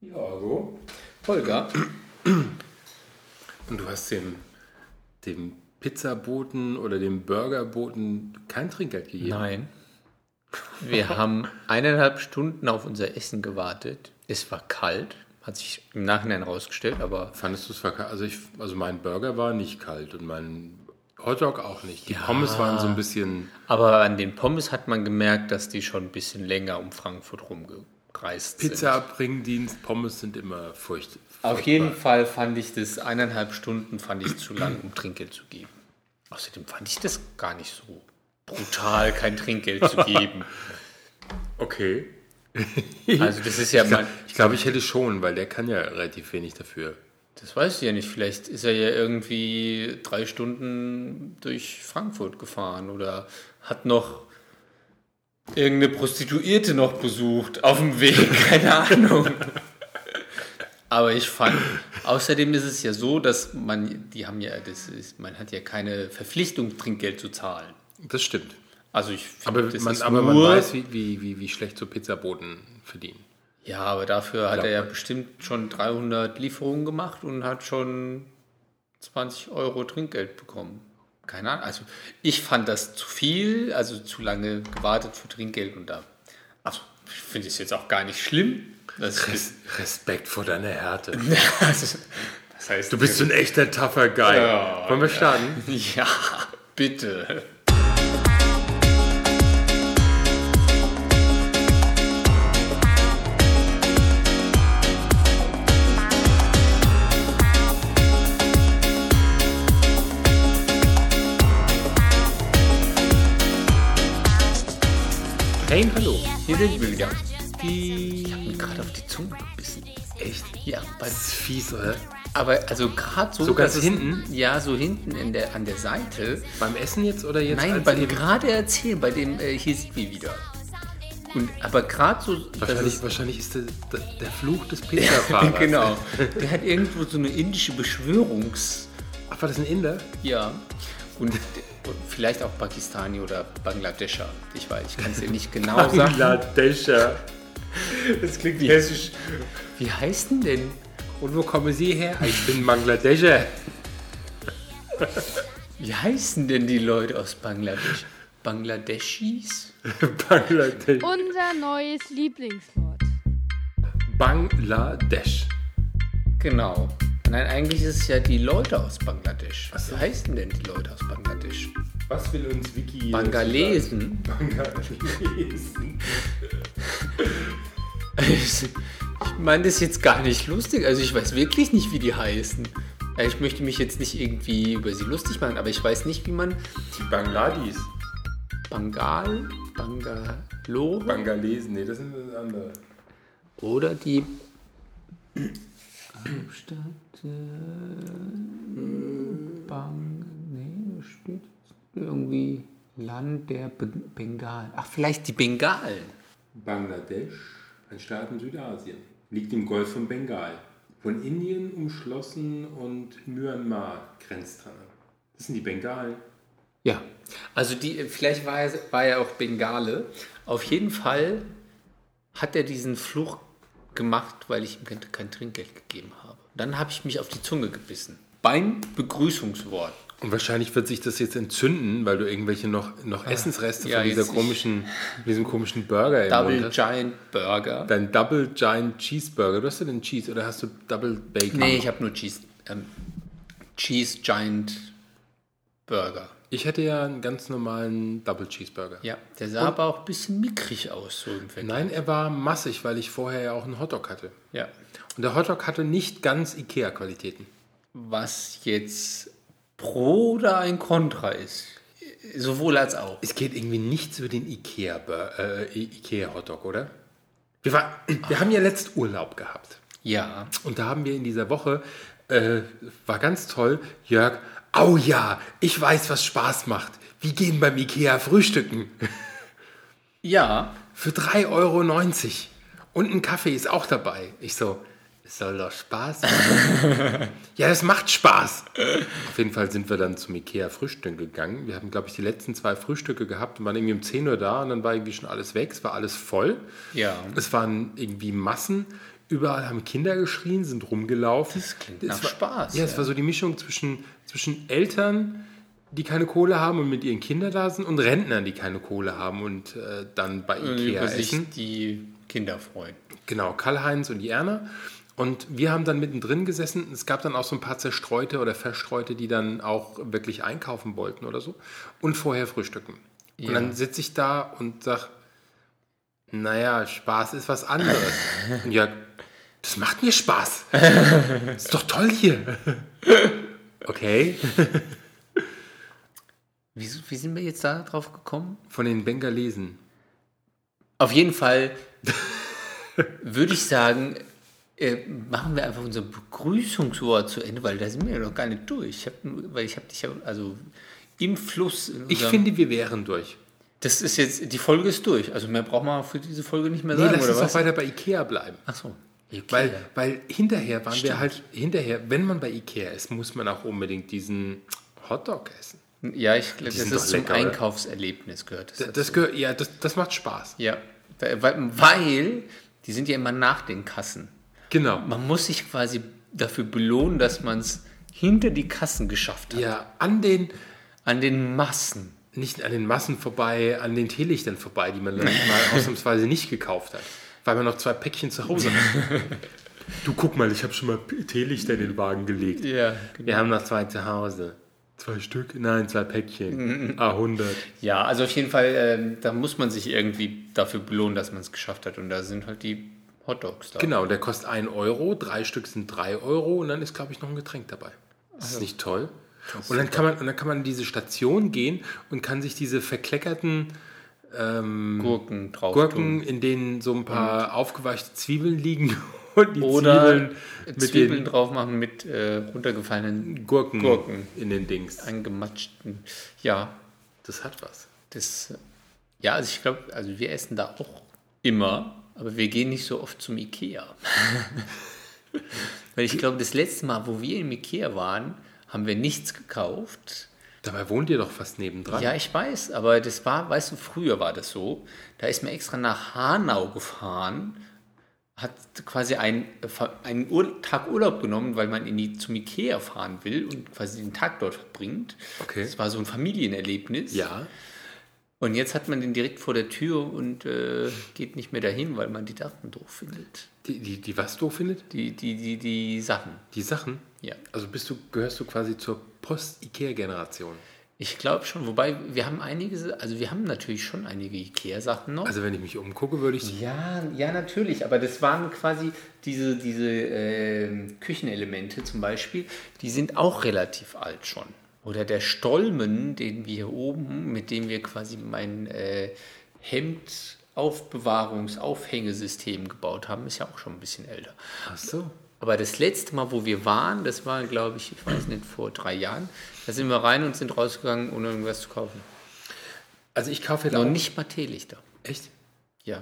Ja, so. Holger, und du hast dem, dem Pizzaboten oder dem Burgerboten kein Trinkgeld gegeben? Nein. Wir haben eineinhalb Stunden auf unser Essen gewartet. Es war kalt, hat sich im Nachhinein rausgestellt, aber Fandest du es verkehrt? Also, ich, also mein Burger war nicht kalt und mein Hotdog auch nicht. Die Pommes waren so ein bisschen. Aber an den Pommes hat man gemerkt, dass die schon ein bisschen länger um Frankfurt rumgereist sind. Pizza-Bringdienst, Pommes sind immer furcht. Auf jeden Fall fand ich das eineinhalb Stunden fand ich zu lang, um Trinkgeld zu geben. Außerdem fand ich das gar nicht so brutal, kein Trinkgeld zu geben. Okay. Also das ist ja mein, Ich glaube, ich hätte schon, weil der kann ja relativ wenig dafür. das weiß ich ja nicht. Vielleicht ist er ja irgendwie drei Stunden durch Frankfurt gefahren oder hat noch irgendeine Prostituierte noch besucht auf dem Weg, keine Ahnung. Aber ich fand, außerdem ist es ja so, dass man, die haben ja, das ist, man hat ja keine Verpflichtung, Trinkgeld zu zahlen. Das stimmt. Also ich finde, Aber, das man, ist aber man nur- weiß, wie, wie, wie, wie schlecht so Pizzaboten verdienen. Ja, aber dafür hat Glaub er ja bestimmt schon 300 Lieferungen gemacht und hat schon 20 Euro Trinkgeld bekommen. Keine Ahnung. Also ich fand das zu viel, also zu lange gewartet für Trinkgeld und da. Also ich finde es jetzt auch gar nicht schlimm. Das, Res Respekt vor deiner Härte. das, das heißt, Du bist so ein echter tougher Guy. Ja, Wollen wir starten? ja bitte. Hey, hallo. Hier sind wir wieder. Die, ich habe mir gerade auf die Zunge gebissen. Echt? Ja, bei Das ist fies, oder? Aber also gerade so, So ganz dass hinten? Es, ja, so hinten in der, an der Seite. Beim Essen jetzt oder jetzt? Nein, als bei dem eben? gerade erzählen, bei dem äh, hier sind wir wieder. Und aber gerade so, äh, das Wahrscheinlich, ist- wahrscheinlich ist der, der, der Fluch des Pizzafahrers. genau. Der hat irgendwo so eine indische Beschwörungs, Ach, war das ein Inder? ja. Und, und vielleicht auch Pakistani oder Bangladescher. Ich weiß, ich kann es dir nicht genau sagen. Bangladescher. Das klingt wie hessisch. Wie heißt denn denn? Und wo kommen Sie her? Ich bin Bangladescher. Wie heißen denn die Leute aus Bangladesch? Bangladeschis? Bangladesch. Unser neues Lieblingswort. Bangladesch. Genau. Nein, eigentlich ist es ja die Leute aus Bangladesch. Was so. heißen denn die Leute aus Bangladesch? Was will uns Wiki? Bangalesen? Bangalesen. Ich meine das ist jetzt gar nicht lustig. Also ich weiß wirklich nicht, wie die heißen. Äh, Ich möchte mich jetzt nicht irgendwie über sie lustig machen, aber ich weiß nicht, wie man Die Bangladis. Bangal, Bangalore Bangalesen, nee, das sind andere. oder die Stadt äh, Bang, nee, da steht irgendwie Land der Bengalen. Ach, vielleicht die Bengalen. Bangladesch, ein Staat in Südasien, liegt im Golf von Bengal, von Indien umschlossen und Myanmar grenzt dran. Das sind die Bengalen. Ja, also die, vielleicht war er, war er auch Bengale. Auf jeden Fall hat er diesen Fluch gemacht, weil ich ihm kein, kein Trinkgeld gegeben habe. Dann habe ich mich auf die Zunge gebissen. Beim Begrüßungswort. Und wahrscheinlich wird sich das jetzt entzünden, weil du irgendwelche noch, noch Essensreste Ah. ja, von dieser jetzt ich- komischen, diesem komischen Burger im Mund Double hast. Giant Burger. Dein Double Giant Cheeseburger. Du hast ja den Cheese oder hast du Double Bacon? Nee, ich habe nur Cheese. Ähm, Cheese Giant Burger. Ich hätte ja einen ganz normalen Double Cheeseburger. Ja, der sah aber auch ein bisschen mickrig aus, so im Vergleich. Nein, er war massig, weil ich vorher ja auch einen Hotdog hatte. Ja. Und der Hotdog hatte nicht ganz Ikea-Qualitäten. Was jetzt pro oder ein Kontra ist. Sowohl als auch. Es geht irgendwie nichts über den Ikea, Bur- äh, I- Ikea Hotdog, oder? Wir, war, wir haben ja letzt Urlaub gehabt. Ja. Und da haben wir in dieser Woche, äh, war ganz toll, Jörg, au ja, ich weiß, was Spaß macht. Wir gehen beim Ikea frühstücken. Ja, Für 3,90 Euro. Und ein Kaffee ist auch dabei. Ich so, es soll doch Spaß machen. ja, das macht Spaß. Auf jeden Fall sind wir dann zum Ikea Frühstück gegangen. Wir haben, glaube ich, die letzten zwei Frühstücke gehabt und waren irgendwie um 10 Uhr da und dann war irgendwie schon alles weg. Es war alles voll. ja. Es waren irgendwie Massen Überall haben Kinder geschrien, sind rumgelaufen. Das klingt nach Spaß, Ja, es ja. war so die Mischung zwischen, zwischen Eltern, die keine Kohle haben und mit ihren Kindern da sind, und Rentnern, die keine Kohle haben und äh, dann bei Ikea über sich essen. die Kinder freuen. Genau, Karl-Heinz und die Erna. Und wir haben dann mittendrin gesessen. Es gab dann auch so ein paar Zerstreute oder Verstreute, die dann auch wirklich einkaufen wollten oder so. Und vorher frühstücken. Und dann sitze ich da und sag, naja, Spaß ist was anderes. und Jörg, das macht mir Spaß. ist doch toll hier. okay. Wieso, wie sind wir jetzt da drauf gekommen? Von den Bengalesen. Auf jeden Fall würde ich sagen, äh, machen wir einfach unser Begrüßungswort zu Ende, weil da sind wir ja noch gar nicht durch. Ich hab, weil ich habe dich ja, also im Fluss. In Ich unserem- finde, wir wären durch. das ist jetzt, die Folge ist durch. Also mehr braucht man für diese Folge nicht mehr Nee, sagen, lass oder uns was? doch weiter bei Ikea bleiben. Achso. Okay. Weil, weil hinterher waren wir halt, hinterher, wenn man bei Ikea ist, muss man auch unbedingt diesen Hotdog essen. ja, ich glaube, das sind ist doch zum lecker, oder? Einkaufserlebnis gehört. Das Das, das gehört, ja, das, das macht Spaß. ja, weil, weil die sind ja immer nach den Kassen. Genau. Man muss sich quasi dafür belohnen, dass man es hinter die Kassen geschafft hat. Ja, an den, An den Massen. nicht an den Massen vorbei, an den Teelichtern vorbei, die man dann mal ausnahmsweise nicht gekauft hat, weil man noch zwei Päckchen zu Hause hat. Du guck mal, ich habe schon mal P- Teelichter in den Wagen gelegt. Ja, Wir haben noch zwei zu Hause. Mhm. Zwei Stück? Nein, zwei Päckchen. Ah, A100. Ja, also auf jeden Fall, ähm, da muss man sich irgendwie dafür belohnen, dass man es geschafft hat. Und da sind halt die Hotdogs da. Genau, der kostet 1 Euro, drei Stück sind 3 Euro und dann ist, glaube ich, noch ein Getränk dabei. Ist das nicht toll? Und dann, kann man, und dann kann man in diese Station gehen und kann sich diese verkleckerten Gurken drauf. Genau. Gurken, in denen so ein paar aufgeweichte Zwiebeln liegen und die tun. Oder Zwiebeln Zwiebeln, mit drauf machen mit äh, runtergefallenen, den Gurken, Gurken. in den Dings. angematschten. Ja, Das hat was. das. Ja, also ich glaube, also wir essen da auch immer, aber wir gehen nicht so oft zum Ikea. Weil ich glaube, das letzte Mal, wo wir im Ikea waren, haben wir nichts gekauft. Dabei wohnt ihr doch fast nebendran. Ja, ich weiß, aber das war, weißt du, früher war das so. Da ist man extra nach Hanau gefahren, hat quasi einen, einen Ur Tag Urlaub genommen, weil man in die, zum Ikea fahren will und quasi den Tag dort verbringt. Okay. Das war so ein Familienerlebnis. Ja. Und jetzt hat man den direkt vor der Tür und äh, geht nicht mehr dahin, weil man die Daten doof findet. Die, die, die was doof findet? Die, die, die, die Sachen. Die Sachen. Ja. Also bist du, gehörst du quasi zur Post-Ikea-Generation. Ich glaube schon, wobei wir haben einige, also wir haben natürlich schon einige Ikea-Sachen noch. Also wenn ich mich umgucke, würde ich Ja, ja, natürlich, aber das waren quasi diese, diese ähm, Küchenelemente zum Beispiel, die sind auch relativ alt schon. Oder der Stolmen, den wir hier oben, mit dem wir quasi mein äh, Hemdaufbewahrungsaufhängesystem gebaut haben, ist ja auch schon ein bisschen älter. Ach so. Aber das letzte Mal, wo wir waren, das war, glaube ich, ich weiß nicht, vor drei Jahren, da sind wir rein und sind rausgegangen, ohne irgendwas zu kaufen. Also ich kaufe ja Noch auch nicht mal Teelichter. Echt? Ja.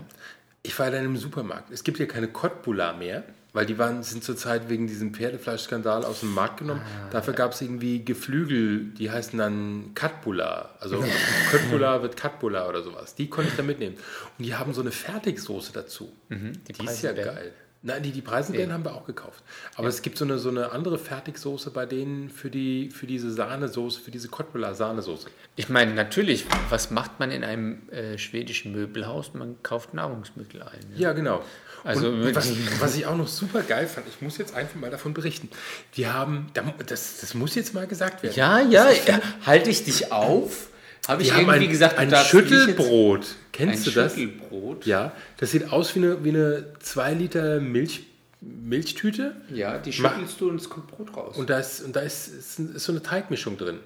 Ich war ja dann im Supermarkt. Es gibt hier keine Cottbula mehr, weil die waren, sind zurzeit wegen diesem Pferdefleischskandal aus dem Markt genommen. Dafür gab es irgendwie Geflügel, die heißen dann Catbula. Also Cottbula wird Catbula oder sowas. Die konnte ich da mitnehmen. Und die haben so eine Fertigsoße dazu. Die, Die ist Preise ja werden- geil. Nein, die, die Preisedellen haben wir auch gekauft. Aber es gibt so eine, so eine andere Fertigsoße bei denen für, die, für diese Sahnesoße, für diese Cottbula-Sahnesoße. Ich meine, natürlich, was macht man in einem äh, schwedischen Möbelhaus? Man kauft Nahrungsmittel ein. ne? Ja, genau. Also Also und wirklich- was, was ich auch noch super geil fand, ich muss jetzt einfach mal davon berichten. Die haben, da mu- das, das muss jetzt mal gesagt werden. Ja, ja, ja. halte ich dich auf? Habe ich die haben irgendwie ein, gesagt, du ein darfst mich jetzt- Schüttelbrot. Ein Kennst du das? Schüttelbrot? Ja, das sieht aus wie eine, wie eine 2 Liter Milch, Milchtüte Ja, die schüttelst du und es kommt Brot raus. und da, ist, und da ist, ist, ist so eine Teigmischung drin.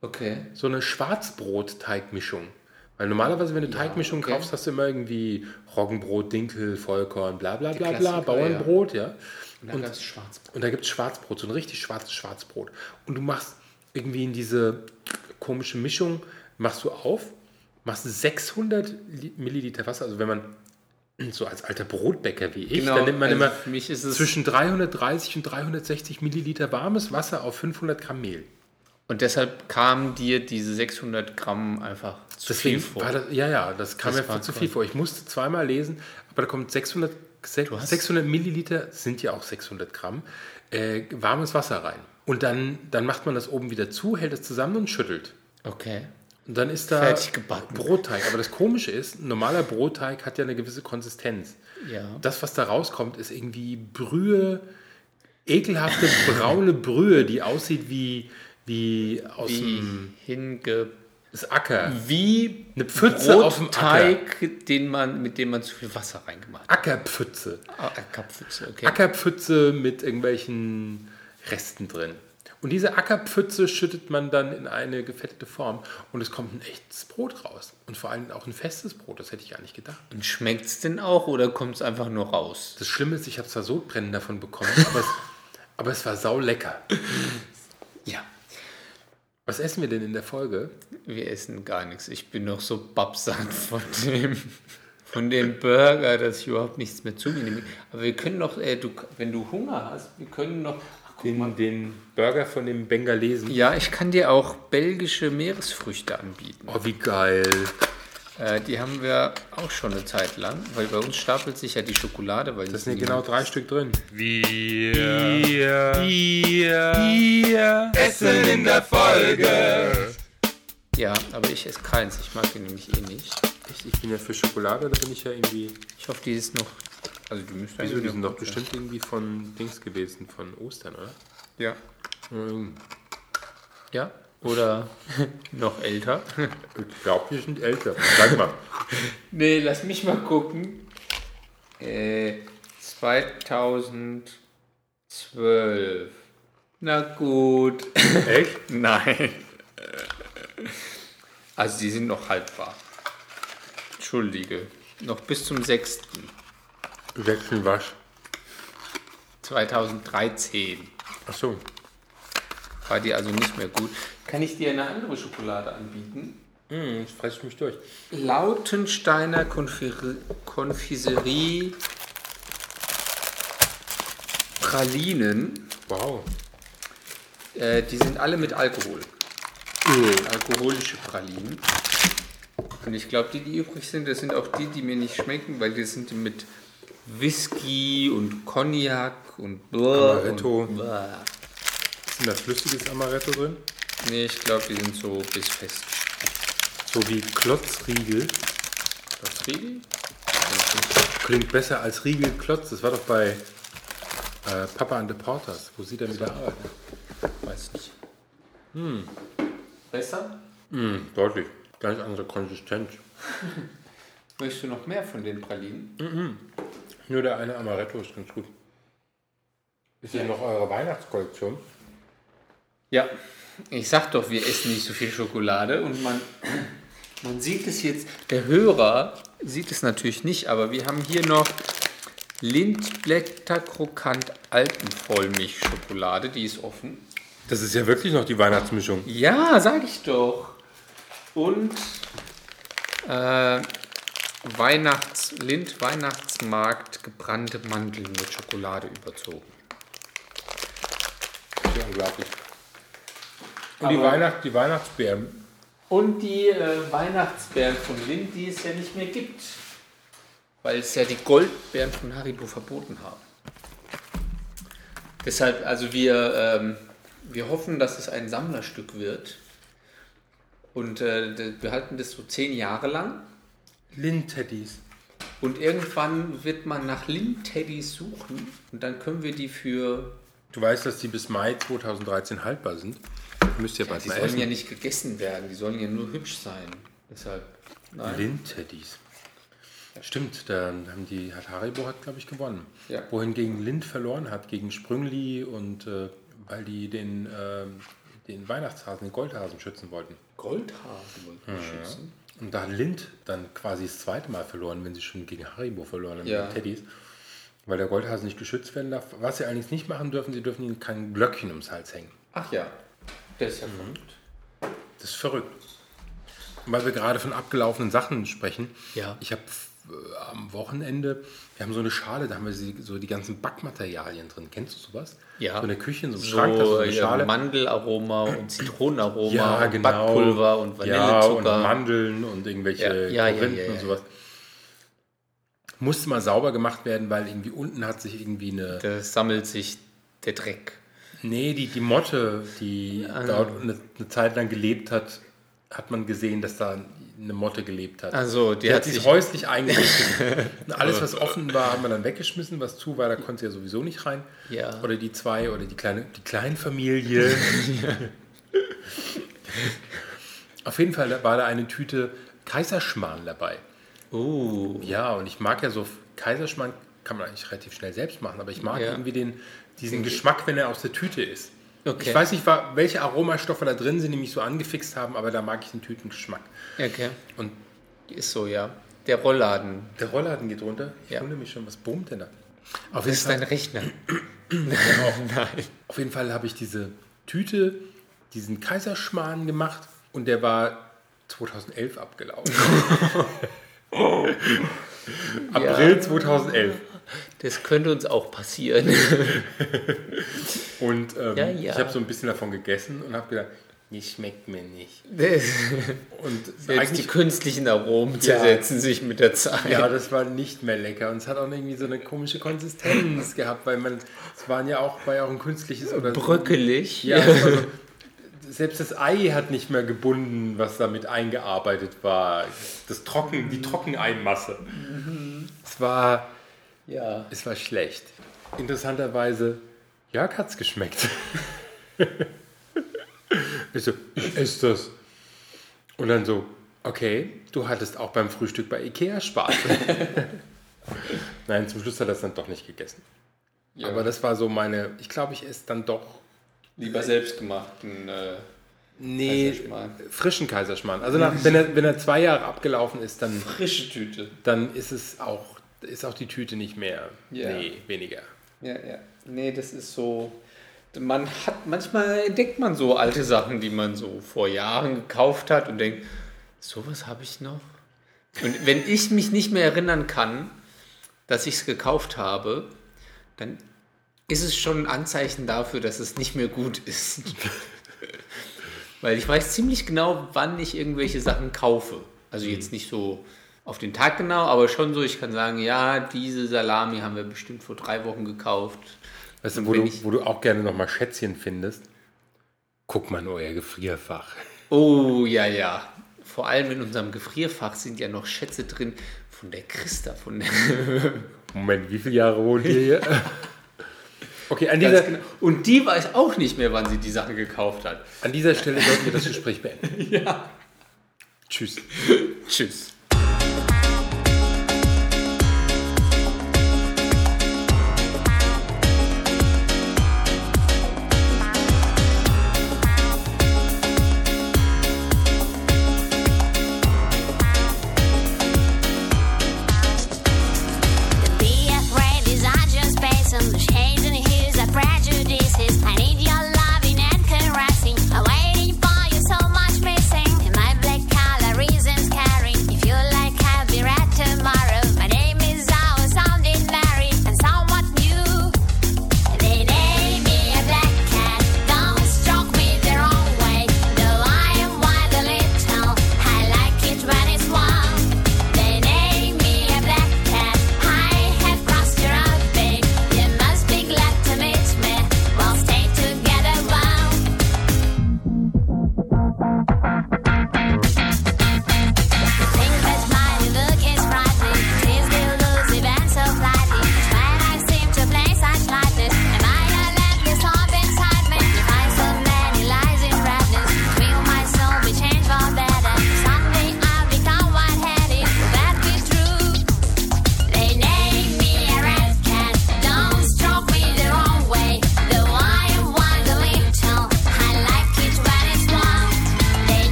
okay. So eine Schwarzbrot-Teigmischung. Weil normalerweise, wenn du Teigmischung okay. kaufst, hast du immer irgendwie Roggenbrot, Dinkel, Vollkorn, bla bla bla bla, Klassiker, Bauernbrot, ja. Und das ist schwarz. Und da gibt es Schwarzbrot, so ein richtig schwarzes Schwarzbrot. Und du machst irgendwie in diese komische Mischung, machst du auf, machst 600 Li- Milliliter Wasser. Also wenn man so als alter Brotbäcker wie ich, Genau, dann nimmt man also immer für mich ist es- zwischen 330 und 360 Milliliter warmes Wasser auf 500 Gramm Mehl. Und deshalb kamen dir diese 600 Gramm einfach zu viel Deswegen vor. war das, ja, ja, das kam Das mir war zu viel vor. Ich musste zweimal lesen, aber da kommt 600 se- 600 Milliliter sind ja auch 600 Gramm, äh, warmes Wasser rein. Und dann, dann macht man das oben wieder zu, hält es zusammen und schüttelt. Okay. Und dann ist da Fertig gebacken. Brotteig. Aber das Komische ist, ein normaler Brotteig hat ja eine gewisse Konsistenz. Ja. Das, was da rauskommt, ist irgendwie Brühe, ekelhafte braune Brühe, die aussieht wie, wie aus Wie dem hinge... das Acker. Wie Eine Pfütze auf dem Brotteig, den man, mit dem man zu viel Wasser reingemacht hat. Ackerpfütze. Ah, Kapfüchse, okay. Ackerpfütze mit irgendwelchen Resten drin. Und diese Ackerpfütze schüttet man dann in eine gefettete Form und es kommt ein echtes Brot raus. Und vor allem auch ein festes Brot, das hätte ich gar nicht gedacht. Und schmeckt es denn auch oder kommt es einfach nur raus? Das Schlimme ist, ich habe zwar Sodbrennen davon bekommen, aber es, aber es war sau lecker. Ja. Was essen wir denn in der Folge? Wir essen gar nichts. Ich bin noch so babsatt von dem, von dem Burger, dass ich überhaupt nichts mehr zu mir nehme. Aber wir können noch, äh, du, wenn du Hunger hast, wir können noch. Ach, guck mal. den Burger von dem Bengalesen. Ja, ich kann dir auch belgische Meeresfrüchte anbieten. Oh, wie geil. Äh, die haben wir auch schon eine Zeit lang, weil bei uns stapelt sich ja die Schokolade, weil Das sind ja genau drei Stück drin. Ja, aber ich esse keins. Ich mag die nämlich eh nicht. Ich, ich bin ja für Schokolade, da bin ich ja irgendwie. Ich hoffe, die ist noch. Also die müsste Wieso, eigentlich die noch sind doch gut bestimmt irgendwie von Dings gewesen, von Ostern, oder? sein. Ja. Ja. Oder noch älter. Ich glaube, die sind älter. Sag mal. Nee, lass mich mal gucken. Äh, 2012. Na gut. Echt? Nein. Also die sind noch haltbar. Entschuldige. Noch bis zum 6. Sechsten was? 2013 Ach so. war die also nicht mehr gut. Kann ich dir eine andere Schokolade anbieten? Hm, jetzt fresse ich mich durch. Lautensteiner Konfiri Konfiserie Pralinen. Wow. Äh, die sind alle mit Alkohol. Alkoholische Pralinen. Und ich glaube, die, die übrig sind, das sind auch die, die mir nicht schmecken, weil die sind mit Whisky und Cognac und blah Amaretto. Und blah. Ist denn da flüssiges Amaretto drin? Nee, ich glaube, die sind so bissfest. So wie Klotzriegel. Das Riegel? Klingt besser als Riegel Klotz. Das war doch bei äh, Papa and the Porters, wo sie dann wieder arbeiten. Weiß nicht. Hm. Besser? Hm, Deutlich. Ganz andere Konsistenz. Möchtest du noch mehr von den Pralinen? Nur der eine Amaretto ist ganz gut. Ist ja noch eure Weihnachtskollektion? Ja. Ich sag doch, wir essen nicht so viel Schokolade und man, man sieht es jetzt, der Hörer sieht es natürlich nicht, aber wir haben hier noch Lindblätter Krokant Alpenvollmilchschokolade, die ist offen. Das ist ja wirklich noch die Weihnachtsmischung. Ja, sag ich doch. Und äh, Weihnachts Lind Weihnachtsmarkt gebrannte Mandeln mit Schokolade überzogen. Das ist ja unglaublich. Und die, Weihnacht, die Weihnachtsbeeren. Und die äh, Weihnachtsbeeren von Lind, die es ja nicht mehr gibt. Weil es ja die Goldbeeren von Haribo verboten haben. Deshalb, also wir, ähm, wir hoffen, dass es ein Sammlerstück wird. Und äh, d- wir halten das so zehn Jahre lang. Lindteddys. Und irgendwann wird man nach Lind-Teddys suchen. Und dann können wir die für... Du weißt, dass die bis Mai 2013 haltbar sind. Müsst ihr bald Die mal sollen ja essen. nicht gegessen werden. Die sollen ja nur hübsch sein. Deshalb, nein. Lind-Teddys. Stimmt, da haben die, hat Haribo hat, glaube ich, gewonnen. Ja. Wohingegen Lind verloren hat gegen Sprüngli und äh, weil die den, äh, den Weihnachtshasen, den Goldhasen schützen wollten. Goldhasen wollten Ah, wir schützen. Und da hat Lind dann quasi das zweite Mal verloren, wenn sie schon gegen Haribo verloren haben, Ja. gegen Teddys, weil der Goldhasen nicht geschützt werden darf. Was sie allerdings nicht machen dürfen, sie dürfen ihnen kein Glöckchen ums Hals hängen. Ach ja, das ist Mhm. ja verrückt. Das ist verrückt. Und weil wir gerade von abgelaufenen Sachen sprechen, Ja. ich habe äh, am Wochenende, wir haben so eine Schale, da haben wir sie, so die ganzen Backmaterialien drin. Kennst du sowas? Ja. So in der Küche, in so einem So äh, Schrank, da ist so eine ja, Schale. Mandelaroma und Zitronenaroma ja, und genau. Backpulver und Ja, und Vanillezucker. Mandeln und irgendwelche Ja, ja, ja, Korinthen ja, ja. und sowas. musste mal sauber gemacht werden, weil irgendwie unten hat sich irgendwie eine. Da sammelt sich der Dreck. Nee, die, die Motte, die Ah. dort eine, eine Zeit lang gelebt hat, hat man gesehen, dass da eine Motte gelebt hat. Also, die, Die hat sich häuslich eingerichtet. Und alles, was offen war, hat man dann weggeschmissen. Was zu war, da konnte sie ja sowieso nicht rein. Ja. Oder die zwei oder die kleine, die Kleinfamilie. Auf jeden Fall war da eine Tüte Kaiserschmarrn dabei. Oh. Ja, und ich mag ja so Kaiserschmarrn kann man eigentlich relativ schnell selbst machen, aber ich mag Ja. irgendwie den, diesen Geschmack, wenn er aus der Tüte ist. Okay. Ich weiß nicht, wa- welche Aromastoffe da drin sind, die mich so angefixt haben, aber da mag ich den Tütengeschmack. Okay. Und Ist so, ja. Der Rollladen. der Rollladen geht runter. Ich Ja. wundere mich schon, was brummt denn da? Auf Das jeden ist Fall, dein Rechner. Nein. auf jeden Fall habe ich diese Tüte, diesen Kaiserschmarrn gemacht und der war 2011 abgelaufen. April 2011. Das könnte uns auch passieren. Und ähm, Ja, ja. ich habe so ein bisschen davon gegessen und habe gedacht, die schmeckt mir nicht. Und Selbst die eigentlich, künstlichen Aromen zersetzen sich mit der Zeit. ja, das war nicht mehr lecker. Und es hat auch irgendwie so eine komische Konsistenz gehabt, weil man, es waren ja auch, war ja auch ein künstliches oder Bröckelig. Ja, es war so, selbst das Ei hat nicht mehr gebunden, was damit eingearbeitet war. Das Trocken, die Trockeneimasse. Es war, ja. es war schlecht. Interessanterweise, Jörg hat's geschmeckt. ich so, ich esse das. Und dann so, okay, du hattest auch beim Frühstück bei Ikea Spaß. Nein, zum Schluss hat er es dann doch nicht gegessen. Aber das war so meine, ich glaube, ich esse dann doch Lieber selbstgemachten. Äh, Nee, Kaiserschmarrn. frischen Kaiserschmarrn. Also nach, wenn, er, wenn er zwei Jahre abgelaufen ist, dann, frische Tüte. dann ist es auch, ist auch die Tüte nicht mehr. Ja. Nee, weniger. Ja, ja. Nee, das ist so. Man hat, manchmal entdeckt man so alte Sachen, die man so vor Jahren gekauft hat und denkt, sowas habe ich noch. Und wenn ich mich nicht mehr erinnern kann, dass ich es gekauft habe, dann ist es schon ein Anzeichen dafür, dass es nicht mehr gut ist. Weil ich weiß ziemlich genau, wann ich irgendwelche Sachen kaufe. Also jetzt nicht so auf den Tag genau, aber schon so, ich kann sagen, ja, diese Salami haben wir bestimmt vor drei Wochen gekauft. Weißt du, Und wo wenn du, ich- wo du auch gerne nochmal Schätzchen findest? Guck mal in euer Gefrierfach. Oh, ja, ja. Vor allem in unserem Gefrierfach sind ja noch Schätze drin von der Christa, von der Moment, wie viele Jahre wohnt ihr hier? Okay, an dieser, Ganz genau. Und die weiß auch nicht mehr, wann sie die Sachen gekauft hat. an dieser Stelle sollten wir das Gespräch beenden. Ja. Tschüss. Tschüss. Be afraid, these are just basins. Shading hues of prejudices. I need your loving and caressing. I'm waiting for you, so much missing. In my black color, reasons caring. If you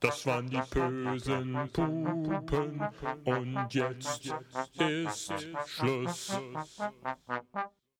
Das waren die bösen Pupen und jetzt ist Schluss.